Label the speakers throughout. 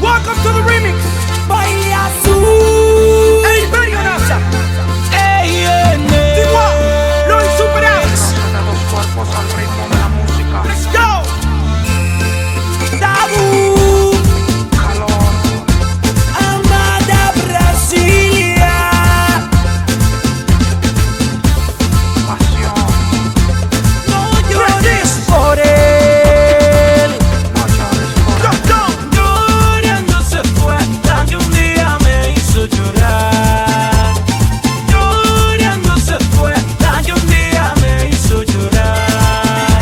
Speaker 1: Welcome to the remix.
Speaker 2: Baila azul.
Speaker 1: El Imperio NASA.
Speaker 2: Ey, en el-
Speaker 1: Igual. Los insuperables.
Speaker 3: los cuerpos al ritmo de la música.
Speaker 1: Let's go.
Speaker 2: Tabú.
Speaker 3: Calor,
Speaker 2: Amada Brasilia.
Speaker 3: pasión,
Speaker 2: No llores por él.
Speaker 3: no llores por
Speaker 1: Go, go.
Speaker 2: Llorando se fue hasta que un día me hizo llorar. Llorando se fue hasta que un día me hizo llorar.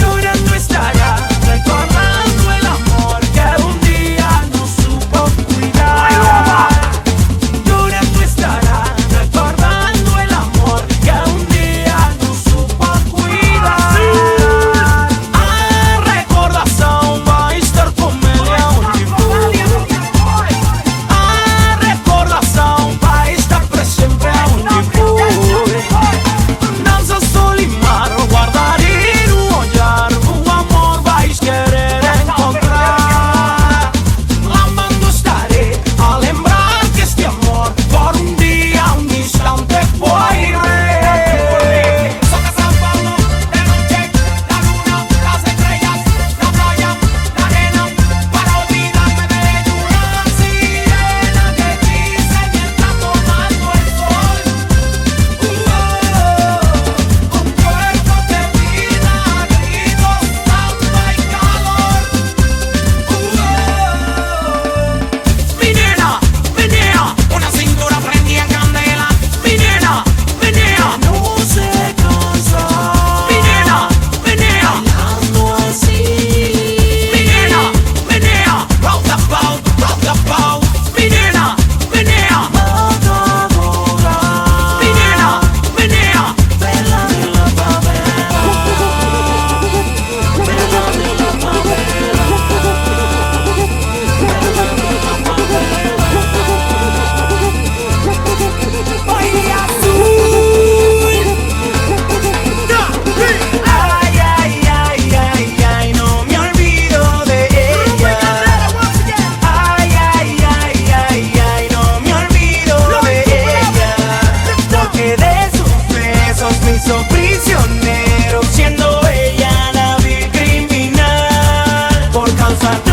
Speaker 2: Llorando estará recordando el amor que un día no supo cuidar. Llorando estará recordando el amor que un día no supo cuidar. A recordação vai estar com ele onde for. A recordação vai estar para sempre onde for. Não se solimar, guardar e no olhar, o amor vais querer encontrar. Amando estaré a lembrar que este amor por un día, un instante fue. Soca San Pablo, de noche, la luna, las estrellas, la playa, la arena, para olvidarme de una sirena que dice mientras tomando el sol. Uh, un cuerpo de vida, gritos, alma y calor. Minera, menea, una cintura prendida en candela. Minera, menea, no se cansa. Minera, menea, bailando así. Minera, menea, rock the boat, rock the boat. Minera, menea, matadora. Minera, menea, vela de la pavera. Vela de la pavera. Baila azul. Ay, ay, ay, ay, ay, no me olvido de ella. Ay, ay, ay, ay, ay, no me olvido de ella. Porque de sus besos me hizo prisionero, siendo ella la vil criminal. Por causa de